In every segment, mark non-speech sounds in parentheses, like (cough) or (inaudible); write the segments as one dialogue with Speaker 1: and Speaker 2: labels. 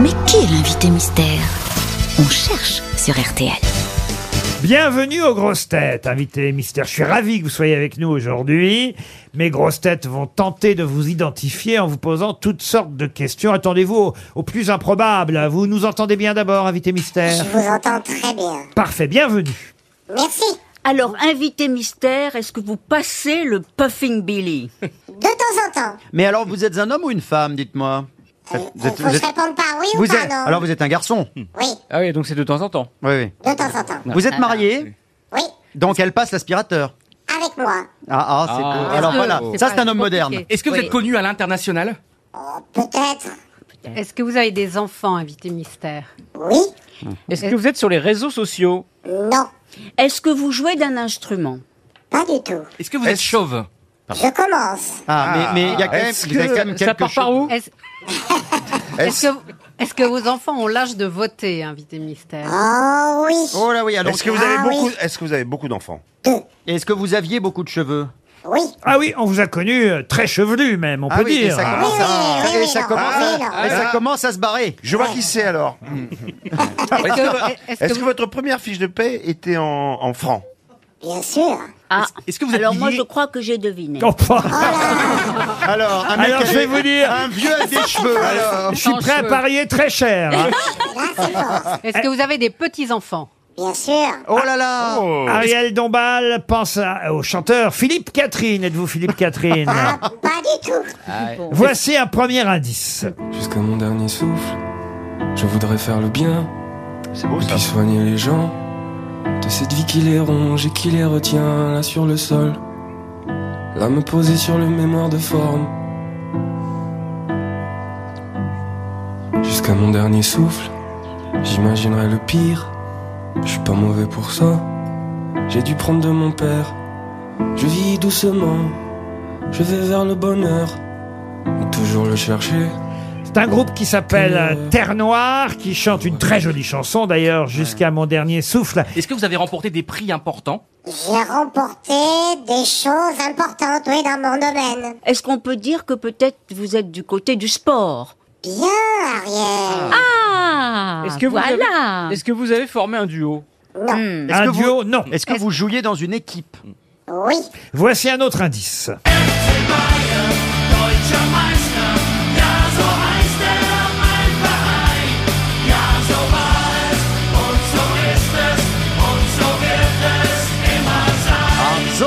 Speaker 1: Mais qui est l'invité mystère On cherche sur RTL.
Speaker 2: Bienvenue aux grosses têtes, invité mystère. Je suis ravi que vous soyez avec nous aujourd'hui. Mes grosses têtes vont tenter de vous identifier en vous posant toutes sortes de questions. Attendez-vous au, au plus improbable. Vous nous entendez bien d'abord, invité mystère.
Speaker 3: Je vous entends très bien.
Speaker 2: Parfait, bienvenue.
Speaker 3: Merci.
Speaker 4: Alors, invité mystère, est-ce que vous passez le Puffing Billy
Speaker 3: De temps en temps.
Speaker 5: Mais alors, vous êtes un homme ou une femme, dites-moi
Speaker 3: Euh,
Speaker 5: Vous êtes-
Speaker 3: il faut
Speaker 5: vous
Speaker 3: que
Speaker 5: êtes-
Speaker 3: je réponde par oui ou
Speaker 5: vous
Speaker 3: par
Speaker 5: êtes,
Speaker 3: non.
Speaker 5: Alors, vous êtes un garçon Oui,
Speaker 3: Oui,
Speaker 6: Ah oui, donc c'est de temps en temps.
Speaker 5: oui.
Speaker 3: de temps en temps.
Speaker 5: Vous êtes marié
Speaker 3: Oui,
Speaker 5: Donc, elle passe l'aspirateur.
Speaker 3: avec moi.
Speaker 5: Ah, ah, c'est...
Speaker 6: Ah.
Speaker 5: beau. Alors,
Speaker 7: que
Speaker 5: voilà,
Speaker 7: c'est
Speaker 5: ça,
Speaker 7: pas
Speaker 5: c'est un homme
Speaker 7: compliqué
Speaker 5: moderne.
Speaker 6: Est-ce que vous
Speaker 7: Oui.
Speaker 6: êtes connu à l'international
Speaker 3: Oh, peut-être.
Speaker 7: Est-ce que vous avez des enfants, invité mystère
Speaker 3: Oui,
Speaker 6: Est-ce que vous êtes sur les réseaux sociaux
Speaker 3: non,
Speaker 4: Est-ce que vous jouez d'un instrument
Speaker 3: pas du tout.
Speaker 6: Est-ce que vous êtes chauve
Speaker 3: Je commence.
Speaker 5: Ah, mais mais il y a quand même,
Speaker 8: Est-ce
Speaker 5: vous avez
Speaker 8: que
Speaker 5: quand même
Speaker 6: Ça
Speaker 5: quelque
Speaker 6: part par
Speaker 5: chose-
Speaker 6: où
Speaker 7: Est-ce est-ce que, est-ce que vos enfants ont l'âge de voter, invité mystère
Speaker 3: Oh oui,
Speaker 5: Oh là oui, alors...
Speaker 8: Est-ce que vous avez
Speaker 3: Ah,
Speaker 8: beaucoup
Speaker 3: oui.
Speaker 8: Est-ce que vous avez beaucoup d'enfants
Speaker 3: deux.
Speaker 5: Est-ce que vous aviez beaucoup de cheveux
Speaker 3: Oui,
Speaker 2: Ah oui, on vous a connu euh, très chevelu même, on
Speaker 5: Ah
Speaker 2: peut
Speaker 5: oui, et
Speaker 2: dire.
Speaker 5: ça commence
Speaker 3: Ah. Oui, oui,
Speaker 5: à...
Speaker 3: oui,
Speaker 5: et ça
Speaker 3: oui,
Speaker 5: commence à-
Speaker 3: oui, oui,
Speaker 5: et ça
Speaker 8: oui.
Speaker 5: commence à se barrer.
Speaker 8: Je vois qui c'est alors.
Speaker 7: Est-ce que, est-ce
Speaker 8: Est-ce
Speaker 7: que
Speaker 8: que
Speaker 7: vous-
Speaker 8: votre première fiche de paix était en, en francs
Speaker 3: bien sûr.
Speaker 4: Ah,
Speaker 6: Est-ce que vous êtes
Speaker 4: alors moi
Speaker 6: lié
Speaker 4: je crois que j'ai deviné.
Speaker 2: Enfin,
Speaker 5: Ah, Alors, un mec
Speaker 2: Oh, alors je vais
Speaker 5: avec-
Speaker 2: vous dire,
Speaker 5: Un vieux avec des cheveux, alors...
Speaker 2: je suis
Speaker 7: Sans
Speaker 2: prêt à
Speaker 7: cheveux.
Speaker 2: parier très cher. hein.
Speaker 3: Là, c'est
Speaker 5: (laughs)
Speaker 3: fort.
Speaker 7: est-ce que vous avez des petits-enfants
Speaker 3: Bien sûr.
Speaker 5: Oh là là
Speaker 2: Ariel Dombal pense à- au chanteur Philippe Catherine. Êtes-vous Philippe Catherine
Speaker 3: Ah, pas du tout.
Speaker 2: Voici un premier indice.
Speaker 9: Jusqu'à mon dernier souffle, je voudrais faire le bien,
Speaker 8: C'est beau ça.
Speaker 9: puis soigner les gens de cette vie qui les ronge et qui les retient là sur le sol. Là me poser sur le mémoire de forme. Jusqu'à mon dernier souffle, j'imaginerai le pire. Je suis pas mauvais pour ça. J'ai dû prendre de mon père. Je vis doucement. Je vais vers le bonheur. Toujours le chercher.
Speaker 2: C'est un groupe qui s'appelle euh, Terre Noire, qui chante une très jolie chanson d'ailleurs, jusqu'à mon dernier souffle.
Speaker 6: Est-ce que vous avez remporté des prix importants
Speaker 3: J'ai remporté des choses importantes, oui, dans mon domaine.
Speaker 4: Est-ce qu'on peut dire que peut-être vous êtes du côté du sport
Speaker 3: Bien, Ariel.
Speaker 1: Ah
Speaker 6: Est-ce que vous
Speaker 1: Voilà
Speaker 6: Est-ce que vous avez formé un duo
Speaker 3: Non.
Speaker 5: Est-ce
Speaker 2: Un
Speaker 5: que vous-
Speaker 2: duo, non.
Speaker 5: Est-ce que vous jouiez dans une équipe
Speaker 3: Oui,
Speaker 2: Voici un autre indice.
Speaker 5: Arzo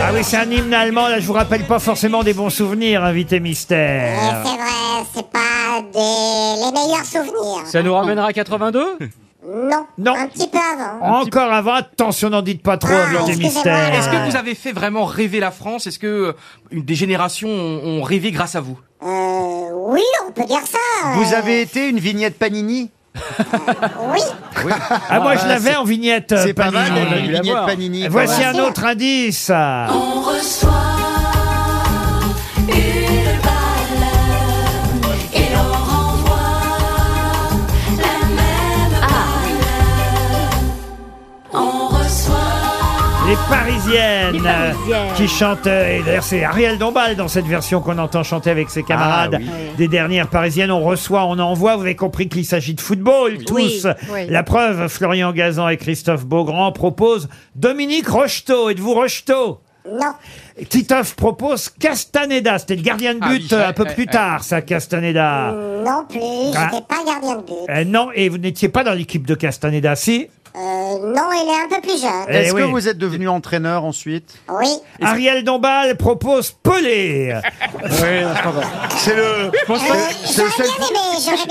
Speaker 2: Ah oui, c'est un hymne allemand. Là, je vous rappelle pas forcément des bons souvenirs, invité
Speaker 3: Et
Speaker 5: Ah.
Speaker 2: mystère.
Speaker 3: c'est vrai, c'est pas des... les meilleurs souvenirs.
Speaker 6: Ça nous ramènera à 82
Speaker 3: Non.
Speaker 2: Non.
Speaker 3: Un petit peu avant.
Speaker 2: Encore avant, attention, n'en dites pas trop,
Speaker 3: Ah,
Speaker 2: invité
Speaker 3: excusez-moi,
Speaker 2: mystère.
Speaker 3: alors.
Speaker 6: (laughs) Est-ce que vous avez fait vraiment rêver la France Est-ce que euh, une des générations ont, ont rêvé grâce à vous
Speaker 3: Euh, oui, on peut dire ça.
Speaker 5: Vous
Speaker 3: euh,
Speaker 5: avez été une vignette Panini
Speaker 3: Oui,
Speaker 2: Ah, moi, je l'avais en vignette. euh,
Speaker 5: C'est pas mal,
Speaker 2: Panini.
Speaker 6: on a
Speaker 5: une
Speaker 6: dû
Speaker 5: vignette
Speaker 6: l'avoir.
Speaker 5: Panini. quand
Speaker 2: Voici
Speaker 5: même.
Speaker 2: un autre indice.
Speaker 10: On reçoit une balle et l'on renvoie la même balle. On reçoit
Speaker 2: Les Parisiennes,
Speaker 4: Les Parisiennes.
Speaker 2: euh, qui chantent. euh, Et d'ailleurs, c'est Ariel Dombal dans cette version qu'on entend chanter avec ses camarades
Speaker 5: Ah
Speaker 2: des dernières Parisiennes. On reçoit, on envoie. Vous avez compris qu'il s'agit de football, tous.
Speaker 4: Oui,
Speaker 7: oui.
Speaker 2: La preuve, Florian Gazan et Christophe Beaugrand proposent Dominique Rocheteau. Êtes-vous Rocheteau
Speaker 3: non.
Speaker 2: Titoff propose Castaneda. C'était le gardien de but
Speaker 6: Ah oui,
Speaker 2: euh, un
Speaker 6: ouais,
Speaker 2: peu
Speaker 6: ouais,
Speaker 2: plus
Speaker 6: ouais. Euh.
Speaker 2: tard, ça, Castaneda.
Speaker 3: Non plus, j'étais pas gardien de but.
Speaker 2: Euh, non, et vous n'étiez pas dans l'équipe de Castaneda, si
Speaker 3: Euh, non, il est un peu plus jeune.
Speaker 2: Eh
Speaker 5: Est-ce que
Speaker 2: oui.
Speaker 5: vous êtes devenu entraîneur ensuite
Speaker 3: Oui,
Speaker 2: Ariel Dombal propose
Speaker 6: (laughs)
Speaker 2: Pelé.
Speaker 8: C'est le
Speaker 3: Euh,
Speaker 8: c'est le
Speaker 3: j'aurais bien aimé, j'aurais bien
Speaker 8: seul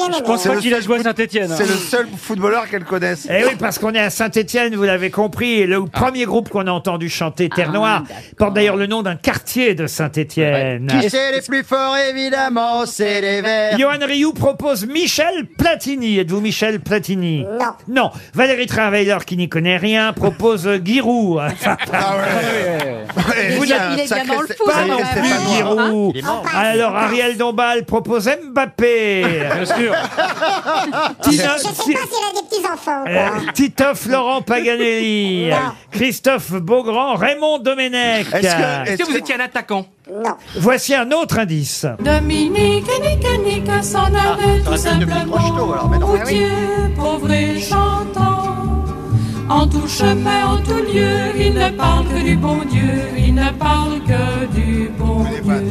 Speaker 3: aimé.
Speaker 8: c'est le,
Speaker 6: a joué à hein. Saint-Etienne.
Speaker 8: c'est le seul footballeur qu'elle connaisse.
Speaker 2: Eh oui, parce qu'on est à Saint-Étienne, vous l'avez compris. et Le
Speaker 6: Ah.
Speaker 2: premier groupe qu'on a entendu chanter Terre Noire porte d'ailleurs le nom d'un quartier de Saint-Étienne.
Speaker 6: Ah.
Speaker 5: Qui c'est les plus forts évidemment, c'est les verts.
Speaker 2: Johan Rioux propose Michel Platini. Êtes-vous Michel Platini
Speaker 6: Euh.
Speaker 3: Non.
Speaker 2: Non. Valérie Travailleur, qui n'y connaît rien, propose euh,
Speaker 6: (laughs)
Speaker 2: Giroud.
Speaker 8: Eh,
Speaker 7: Il est
Speaker 8: c'est
Speaker 7: bien-
Speaker 8: un
Speaker 7: il est bien
Speaker 8: sacré
Speaker 7: dans le
Speaker 8: Sté-
Speaker 7: foot,
Speaker 8: sacré
Speaker 7: quand même. Pas
Speaker 8: Stéphanois.
Speaker 7: moi,
Speaker 2: Giroud.
Speaker 8: hein.
Speaker 2: Alors, Ariel Dombal propose Mbappé. (laughs) Bien sûr.
Speaker 3: Je sais pas s'il a des petits-enfants. quoi.
Speaker 2: Euh, Titoff Laurent Paganelli,
Speaker 3: Non.
Speaker 2: Christophe Beaugrand, Raymond Domenech.
Speaker 8: Est-ce que,
Speaker 6: Est-ce
Speaker 8: est-ce
Speaker 6: que vous étiez un attaquant
Speaker 3: Non.
Speaker 2: Voici un autre indice.
Speaker 10: Dominique, Nick, Nick s'en allait tout
Speaker 5: simplement.
Speaker 10: Pour Dieu, pauvre et chantant, en tout chemin, en tout lieu, il ne parle que du bon Dieu, il ne parle que du bon Dieu.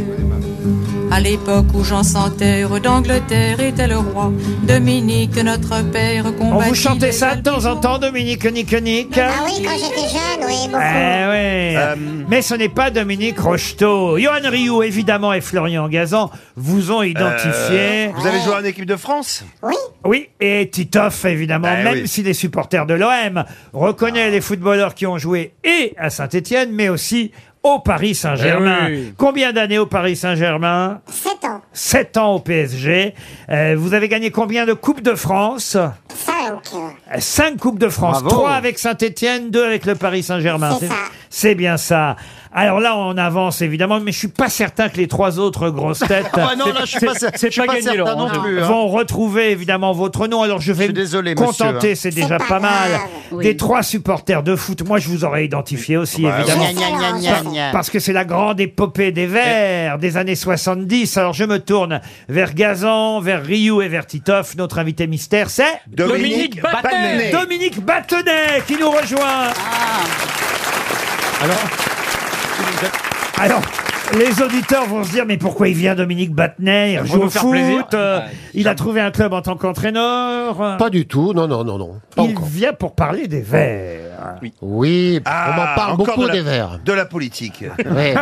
Speaker 11: À l'époque où Jean sans terre d'Angleterre était le roi, Dominique, notre père,
Speaker 2: On
Speaker 11: combattit.
Speaker 2: vous chantait ça de temps en temps, Dominique, Nick, Nick
Speaker 3: Ah oui, quand j'étais jeune, oui, beaucoup.
Speaker 2: Eh ouais.
Speaker 8: Euh,
Speaker 2: Mais ce n'est pas Dominique Rocheteau. Johan Rioux, évidemment, et Florian Gazan vous ont identifié.
Speaker 8: Euh, vous avez joué en équipe de France
Speaker 3: Oui.
Speaker 2: Oui, et Titoff, évidemment,
Speaker 5: Ah
Speaker 8: Ben
Speaker 2: même
Speaker 8: oui.
Speaker 2: si les supporters de l'OM reconnaissent les footballeurs qui ont joué et à Saint-Etienne, mais aussi au Paris Saint-Germain.
Speaker 6: Eh oui.
Speaker 2: Combien d'années au Paris Saint-Germain
Speaker 3: 7 ans.
Speaker 2: 7 ans au PSG. Euh, vous avez gagné combien de Coupes de France
Speaker 3: 5.
Speaker 2: 5 Coupes de France,
Speaker 6: Bravo.
Speaker 2: 3 avec Saint-Etienne, 2 avec le Paris Saint-Germain.
Speaker 3: C'est
Speaker 2: C'est-
Speaker 3: ça.
Speaker 2: C'est bien ça. Alors là, on avance évidemment, mais je suis pas certain que les trois autres
Speaker 5: (laughs)
Speaker 2: grosses têtes
Speaker 5: Ah bah non, là, je suis pas,
Speaker 6: C'est-
Speaker 5: je suis
Speaker 6: c'est pas
Speaker 5: pas
Speaker 6: gagné,
Speaker 5: certain
Speaker 6: Laurent,
Speaker 5: non
Speaker 6: hein.
Speaker 5: plus. hein.
Speaker 2: vont retrouver évidemment votre nom. Alors je vais
Speaker 5: suis désolé,
Speaker 2: me
Speaker 5: monsieur,
Speaker 2: contenter,
Speaker 5: hein.
Speaker 2: c'est
Speaker 3: C'est
Speaker 2: déjà
Speaker 3: pas
Speaker 2: pas mal.
Speaker 3: grave.
Speaker 4: Oui.
Speaker 2: Des trois supporters de foot, moi je vous aurais identifié aussi
Speaker 8: Bah,
Speaker 2: évidemment.
Speaker 3: oui. Gna, gna, gna,
Speaker 2: Par-
Speaker 5: gna.
Speaker 2: Parce que c'est la grande épopée des Verts des années 70. Alors je me tourne vers Gazan, vers Rioux et vers Titoff. Notre invité mystère, c'est
Speaker 6: Dominique Battenet.
Speaker 2: Eh, Dominique Battenet qui nous rejoint.
Speaker 12: Ah.
Speaker 2: Alors, les auditeurs vont se dire, mais pourquoi il vient Dominique Battenet Il joue
Speaker 6: nous
Speaker 2: au
Speaker 6: faire
Speaker 2: foot,
Speaker 6: plaisir.
Speaker 2: euh,
Speaker 6: Ouais.
Speaker 2: il a trouvé un club en tant qu'entraîneur.
Speaker 12: Pas du tout, non, non, non, non. Pas
Speaker 2: Il
Speaker 12: encore.
Speaker 2: vient pour parler des Verts.
Speaker 12: Oui,
Speaker 8: Ah,
Speaker 12: on m'en parle
Speaker 8: encore
Speaker 12: beaucoup
Speaker 8: de la-
Speaker 12: des
Speaker 8: (laughs)
Speaker 12: verres.
Speaker 8: De la politique.
Speaker 12: Ouais.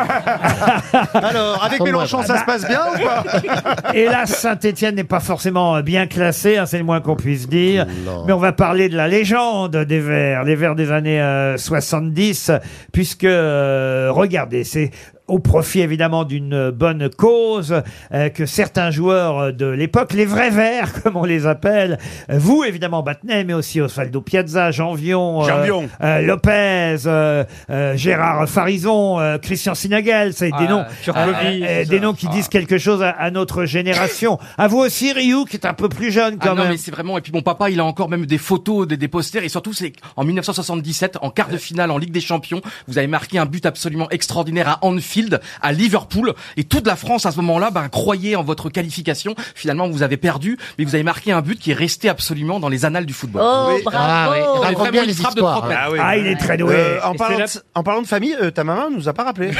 Speaker 5: Alors, avec
Speaker 12: Comment-
Speaker 5: Mélenchon, ça se passe bien ou
Speaker 6: (laughs)
Speaker 5: pas
Speaker 2: Hélas, Saint-Etienne n'est pas forcément euh, bien classé, hein, c'est le moins qu'on puisse dire.
Speaker 12: Non.
Speaker 2: Mais on va parler de la légende des Verts, les Verts des années euh, 70, puisque, euh, regardez, c'est au profit évidemment d'une bonne cause euh, que certains joueurs euh, de l'époque, les vrais Verts, (laughs) comme on les appelle, euh, vous évidemment Battenet, mais aussi Osvaldo Piazza, Janvion, euh,
Speaker 8: Janvion.
Speaker 2: euh, Lopez, euh, euh, Gérard Farison, euh, Christian Sinagel, c'est des
Speaker 6: Ah,
Speaker 2: noms,
Speaker 6: Turcovi,
Speaker 2: euh, euh,
Speaker 6: ça.
Speaker 2: des noms qui
Speaker 6: Ah.
Speaker 2: disent quelque chose à, à notre génération. à vous aussi, Ryu, qui est un peu plus jeune
Speaker 6: Ah
Speaker 2: quand
Speaker 6: non,
Speaker 2: même.
Speaker 6: mais c'est vraiment. Et puis mon papa, il a encore même des photos, des, des posters, et surtout c'est en 1977, en quart de finale en Ligue des Champions, vous avez marqué un but absolument extraordinaire à Anfield, à Liverpool, et toute la France à ce moment-là, ben croyait en votre qualification. Finalement, vous avez perdu, mais vous avez marqué un but qui est resté absolument dans les annales du football.
Speaker 4: Oh,
Speaker 8: Oui.
Speaker 12: Ah, oui.
Speaker 4: bravo
Speaker 12: Raconte
Speaker 6: vraiment
Speaker 12: bien
Speaker 6: une
Speaker 12: les
Speaker 6: frappe de
Speaker 12: histoires.
Speaker 6: trente mètres.
Speaker 12: hein.
Speaker 8: oui.
Speaker 2: Ah, il est très doué.
Speaker 8: Euh, en,
Speaker 6: Et
Speaker 8: parlant
Speaker 6: c'est la-
Speaker 8: de, en parlant de famille, euh, ta maman nous a pas rappelé.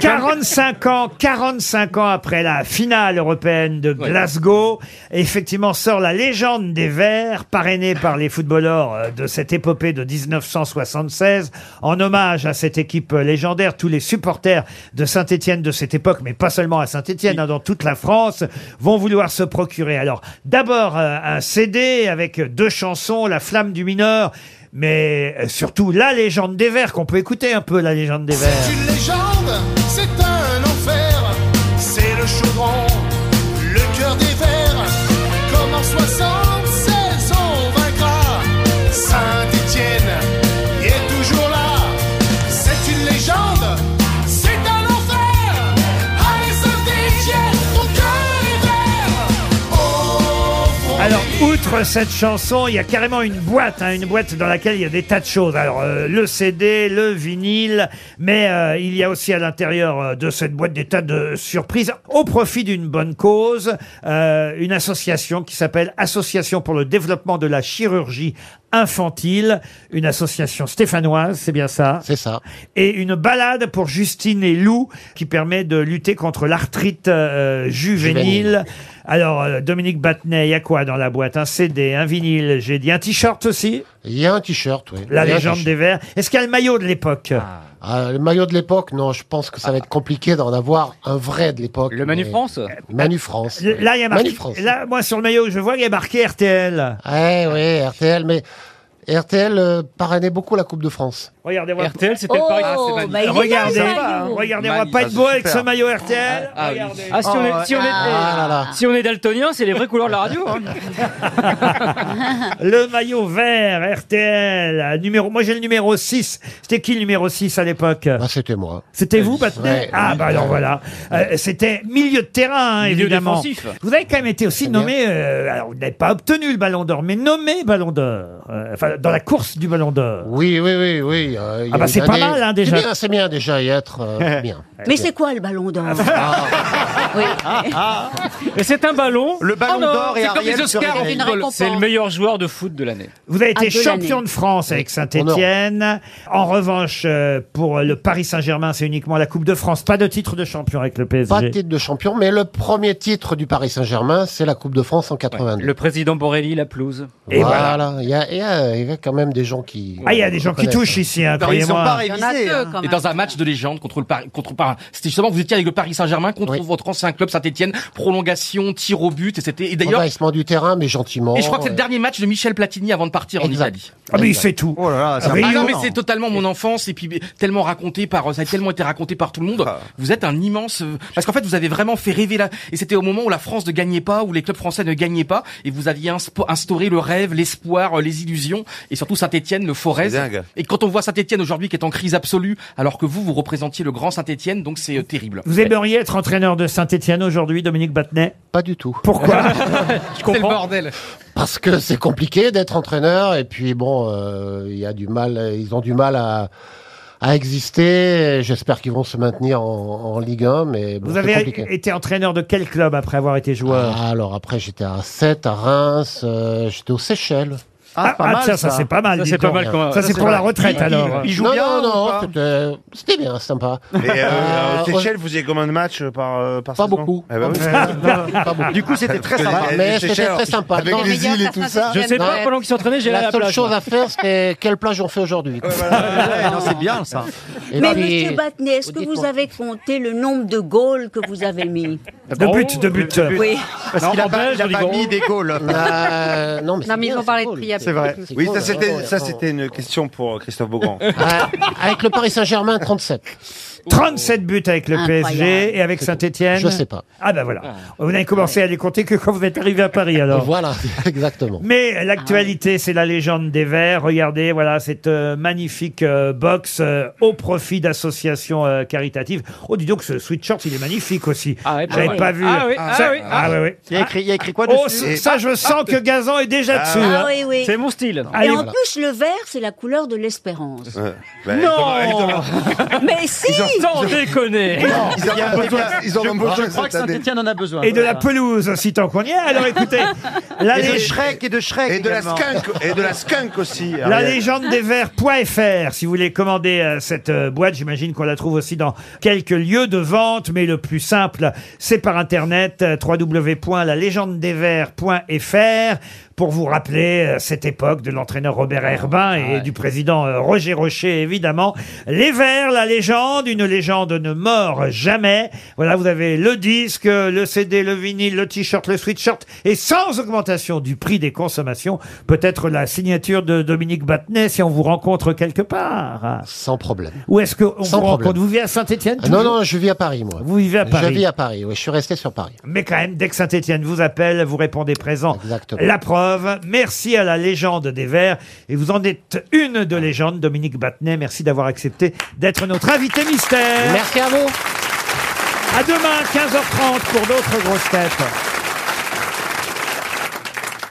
Speaker 2: 45 ans, 45 ans après la finale européenne de
Speaker 6: Ouais.
Speaker 2: Glasgow, effectivement sort la légende des Verts, parrainée par les footballeurs euh, de cette épopée de 1976. En hommage à cette équipe euh, légendaire, tous les supporters de Saint-Étienne de cette époque, mais pas seulement à Saint-Étienne, hein, dans toute la France, vont vouloir se procurer. Alors, d'abord euh, un CD avec deux chansons, La flamme du mineur. Mais euh, surtout la légende des Verts, qu'on peut écouter un peu la légende des Verts.
Speaker 13: C'est une légende, c'est un enfer, c'est le chaudron, le cœur des vers. Comme en 76, on vaincra. Saint-Étienne est toujours là. C'est une légende, c'est un enfer. Allez, Saint-Étienne, ton cœur est vert. Au fond
Speaker 2: Alors, outre cette chanson, il y a carrément une boîte, hein, une boîte dans laquelle il y a des tas de choses. Alors, euh, le CD, le vinyle, mais euh, il y a aussi à l'intérieur euh, de cette boîte des tas de surprises au profit d'une bonne cause, euh, une association qui s'appelle Association pour le développement de la chirurgie infantile, une association stéphanoise, c'est bien ça
Speaker 12: C'est ça.
Speaker 2: et une balade pour Justine et Lou qui permet de lutter contre l'arthrite euh, juvénile.
Speaker 12: Juvénile.
Speaker 2: Alors, euh, Dominique Battenet, il y a quoi dans la boîte Un CD, un vinyle, j'ai dit un t-shirt aussi,
Speaker 12: Il y a un t-shirt, oui.
Speaker 2: la
Speaker 12: Il y a un
Speaker 2: légende
Speaker 12: t-shirt.
Speaker 2: des Verts. Est-ce qu'il y a le maillot de l'époque
Speaker 12: Ah, le maillot de l'époque, non, je pense que ça va être compliqué d'en avoir un vrai de l'époque.
Speaker 6: Le Manu
Speaker 12: mais-
Speaker 6: France
Speaker 12: Manu France.
Speaker 2: Le- Là, il y a
Speaker 12: Manu
Speaker 2: marqué,
Speaker 12: France.
Speaker 2: là, moi, sur le maillot, je vois qu'il y a marqué RTL.
Speaker 5: Ah.
Speaker 12: Ouais, ouais, RTL, mais RTL euh, parrainait beaucoup la Coupe de France.
Speaker 2: Regardez, on va-
Speaker 6: RTL, c'était
Speaker 4: Oh,
Speaker 6: le Paris.
Speaker 4: bah, il est
Speaker 2: regardez,
Speaker 4: bien, ça, nous.
Speaker 2: regardez, on va
Speaker 6: Magnifique.
Speaker 2: pas être
Speaker 8: Ah,
Speaker 2: beau
Speaker 8: c'est
Speaker 2: avec ce
Speaker 8: super.
Speaker 2: maillot RTL.
Speaker 6: Ah oui.
Speaker 2: Regardez.
Speaker 14: Ah, si on
Speaker 4: Oh,
Speaker 14: est, si on est,
Speaker 12: Ah là là.
Speaker 14: si on est daltonien, c'est les vraies couleurs de la radio. hein.
Speaker 2: Le maillot vert, RTL, numéro, moi j'ai le numéro 6. C'était qui le numéro 6 à l'époque
Speaker 12: Ah, c'était moi.
Speaker 2: C'était vous, Battenet
Speaker 12: Ouais.
Speaker 2: Ah, bah alors voilà. Euh, C'était milieu de terrain, hein,
Speaker 6: Milieu
Speaker 2: évidemment.
Speaker 6: défensif.
Speaker 2: Vous avez quand même été aussi
Speaker 12: bien.
Speaker 2: nommé, euh, alors vous n'avez pas obtenu le ballon d'or, mais nommé ballon d'or. Euh, enfin, euh, dans la course du Ballon d'Or.
Speaker 12: Oui, oui, oui, oui. euh, il y
Speaker 2: Ah
Speaker 12: a
Speaker 2: bah
Speaker 12: une
Speaker 2: c'est pas
Speaker 12: année-
Speaker 2: mal, hein, déjà.
Speaker 12: C'est bien, c'est bien déjà y être. euh, bien.
Speaker 4: Mais c'est quoi le ballon d'or
Speaker 14: Et c'est un ballon. Le
Speaker 6: Ah
Speaker 2: ballon d'or et
Speaker 14: C'est comme
Speaker 2: Ariel
Speaker 14: les
Speaker 2: se
Speaker 14: Oscars en
Speaker 2: réveille. Une
Speaker 14: football.
Speaker 2: récompense.
Speaker 14: C'est le meilleur joueur de foot de l'année.
Speaker 2: Vous avez été champion de France avec Saint-Étienne. En revanche, euh, pour le Paris Saint-Germain, c'est uniquement la Coupe de France. Pas de titre de champion avec le PSG.
Speaker 12: Pas de titre de champion, mais le premier titre du Paris Saint-Germain, c'est la Coupe de France en 82.
Speaker 14: Le président Borelli, la pelouse.
Speaker 12: Et voilà, il y, a- il y a- il y a quand même des gens qui.
Speaker 2: Ah, il y a des gens qui
Speaker 12: reconnaissent.
Speaker 2: touchent ici, hein,
Speaker 6: Paris, ils sont
Speaker 2: croyez-moi.
Speaker 6: pas
Speaker 12: Il y en a
Speaker 6: révisés,
Speaker 12: peu,
Speaker 6: hein.
Speaker 7: Ah,
Speaker 12: quand
Speaker 6: Et dans un match de légende contre le Paris, contre le Paris. C'était justement, vous étiez avec le Paris Saint-Germain contre votre ancien club Saint-Etienne, prolongation, tir au but, et c'était, et d'ailleurs,
Speaker 12: Envahissement du terrain, mais gentiment.
Speaker 6: et je crois que c'est le dernier match de Michel Platini avant de partir en Italie.
Speaker 2: Ah, mais il fait tout.
Speaker 5: Oh
Speaker 6: Ah
Speaker 2: Rio-
Speaker 6: non, mais c'est totalement mon enfance et puis tellement raconté par ça a tellement été raconté par tout le
Speaker 2: Ah.
Speaker 6: monde. Vous êtes un immense euh, parce qu'en fait vous avez vraiment fait rêver là et c'était au moment où la France ne gagnait pas où les clubs français ne gagnaient pas et vous aviez inspo- instauré le rêve, l'espoir, euh, les illusions et surtout Saint-Étienne, le Forez.
Speaker 8: C'est dingue.
Speaker 6: Et quand on voit Saint-Étienne aujourd'hui qui est en crise absolue alors que vous vous représentiez le grand Saint-Étienne donc c'est euh, terrible.
Speaker 2: Vous aimeriez être entraîneur de Saint-Étienne aujourd'hui, Dominique Battenet
Speaker 12: euh, Pas du tout.
Speaker 2: (laughs) Pourquoi
Speaker 6: C'est le bordel.
Speaker 12: Parce que c'est compliqué d'être entraîneur et puis bon, euh, il y a du mal, ils ont du mal à, à exister. J'espère qu'ils vont se maintenir en, en Ligue 1, mais bon,
Speaker 2: Vous
Speaker 12: c'est
Speaker 2: avez
Speaker 12: compliqué.
Speaker 2: été entraîneur de quel club après avoir été joueur
Speaker 12: Ah, alors après, j'étais à 7, à Reims, euh, j'étais aux Seychelles.
Speaker 2: Ah, ah, tiens, ça, c'est pas mal. dis donc. Ça, c'est pour la retraite, alors.
Speaker 12: non, non, non, c'était- euh, c'était bien, sympa.
Speaker 8: Et euh,
Speaker 12: Euh,
Speaker 8: euh, Seychelles, vous avez combien de matchs euh, par, euh, par
Speaker 12: Pas
Speaker 8: saison
Speaker 12: beaucoup.
Speaker 8: Eh ben oui.
Speaker 12: Du coup, c'était très sympa. Mais c'était très sympa.
Speaker 8: Avec
Speaker 12: Non,
Speaker 8: les îles et tout ça.
Speaker 14: Je sais pas, pendant qu'ils s'entraînaient, j'ai
Speaker 12: la,
Speaker 14: allé à la
Speaker 12: seule
Speaker 14: plage,
Speaker 12: chose
Speaker 14: moi.
Speaker 12: à faire, c'est quelle plage on fait aujourd'hui.
Speaker 5: non, c'est bien ça.
Speaker 12: Et
Speaker 4: Mais
Speaker 12: puis-
Speaker 4: monsieur Battenet, est-ce que vous
Speaker 12: Dites-moi.
Speaker 4: avez compté le nombre de goals que vous avez mis
Speaker 2: De but, de but.
Speaker 4: Oui.
Speaker 5: Parce qu'il a pas, il a pas mis des goals.
Speaker 12: Euh, non, mais
Speaker 7: Non, mais ils ont parlé de Priap.
Speaker 8: C'est vrai.
Speaker 12: C'est
Speaker 8: Oui,
Speaker 12: cool,
Speaker 8: ça
Speaker 12: là.
Speaker 8: c'était ça c'était une question pour Christophe Beaugrand.
Speaker 12: Ah, avec le Paris Saint-Germain, 37.
Speaker 2: 37 buts avec le
Speaker 12: Incroyable.
Speaker 2: PSG et avec Saint-Etienne.
Speaker 12: Je sais pas.
Speaker 2: Ah ben voilà. Vous n'avez commencé à les compter que quand vous êtes arrivé à Paris alors.
Speaker 12: Voilà, exactement.
Speaker 2: Mais l'actualité, c'est la légende des Verts. Regardez, voilà cette euh, magnifique euh, box euh, au profit d'associations euh, caritatives. Oh, dis donc, ce sweatshirt, il est magnifique aussi. Ah,
Speaker 14: ouais,
Speaker 2: J'avais
Speaker 14: pas
Speaker 2: pas
Speaker 14: mal.
Speaker 2: vu.
Speaker 14: Ah oui, ah
Speaker 2: Ça-
Speaker 14: oui, ah
Speaker 2: ouais, ouais.
Speaker 5: Il y a écrit, il y a écrit quoi
Speaker 2: Oh,
Speaker 5: dessus
Speaker 2: ça, ça, je sens que Gazan est déjà
Speaker 14: Ah,
Speaker 2: dessus. hein.
Speaker 4: oui, oui.
Speaker 14: C'est mon style.
Speaker 4: Et
Speaker 2: Allez,
Speaker 4: en
Speaker 2: voilà.
Speaker 4: plus, le vert, c'est la couleur de l'espérance.
Speaker 8: Bah,
Speaker 14: Non
Speaker 4: Mais si
Speaker 14: Sans déconner
Speaker 8: Ils en ont besoin. Ils en ont besoin cette année.
Speaker 5: en a besoin.
Speaker 2: Et de la pelouse aussi, tant qu'on y est. Alors écoutez, la,
Speaker 5: Et de
Speaker 2: lé-
Speaker 5: Shrek et de Shrek.
Speaker 8: Et de la
Speaker 5: également.
Speaker 8: skunk et de la skunk aussi.
Speaker 2: la
Speaker 8: Ariel.
Speaker 2: légende des verts.fr, si vous voulez commander euh, cette euh, boîte, j'imagine qu'on la trouve aussi dans quelques lieux de vente, mais le plus simple, c'est par internet, euh, www.lalégendedesverts.fr, pour vous rappeler euh, cette époque de l'entraîneur Robert Herbin et du président euh, Roger Rocher, évidemment. Les Verts, la légende, une légende ne mord jamais. Voilà, vous avez le disque, le CD, le vinyle, le t-shirt, le sweatshirt et sans augmentation du prix des consommations, peut-être la signature de Dominique Battenet si on vous rencontre quelque part.
Speaker 12: Sans problème.
Speaker 2: Ou est-ce qu'on vous
Speaker 12: Sans problème.
Speaker 2: rencontre Vous vivez à Saint-Etienne
Speaker 12: Ah, non, non, je vis à Paris, moi.
Speaker 2: Vous vivez à Paris.
Speaker 12: Je vis à Paris, oui, je suis resté sur Paris.
Speaker 2: Mais quand même, dès que Saint-Etienne vous appelle, vous répondez présent.
Speaker 12: Exactement.
Speaker 2: La preuve, merci à la légende des Verts. Et vous en êtes une de légende, Dominique Battenet. Merci d'avoir accepté d'être notre invité mystère.
Speaker 12: Merci à vous.
Speaker 2: À demain, 15h30 pour d'autres grosses têtes.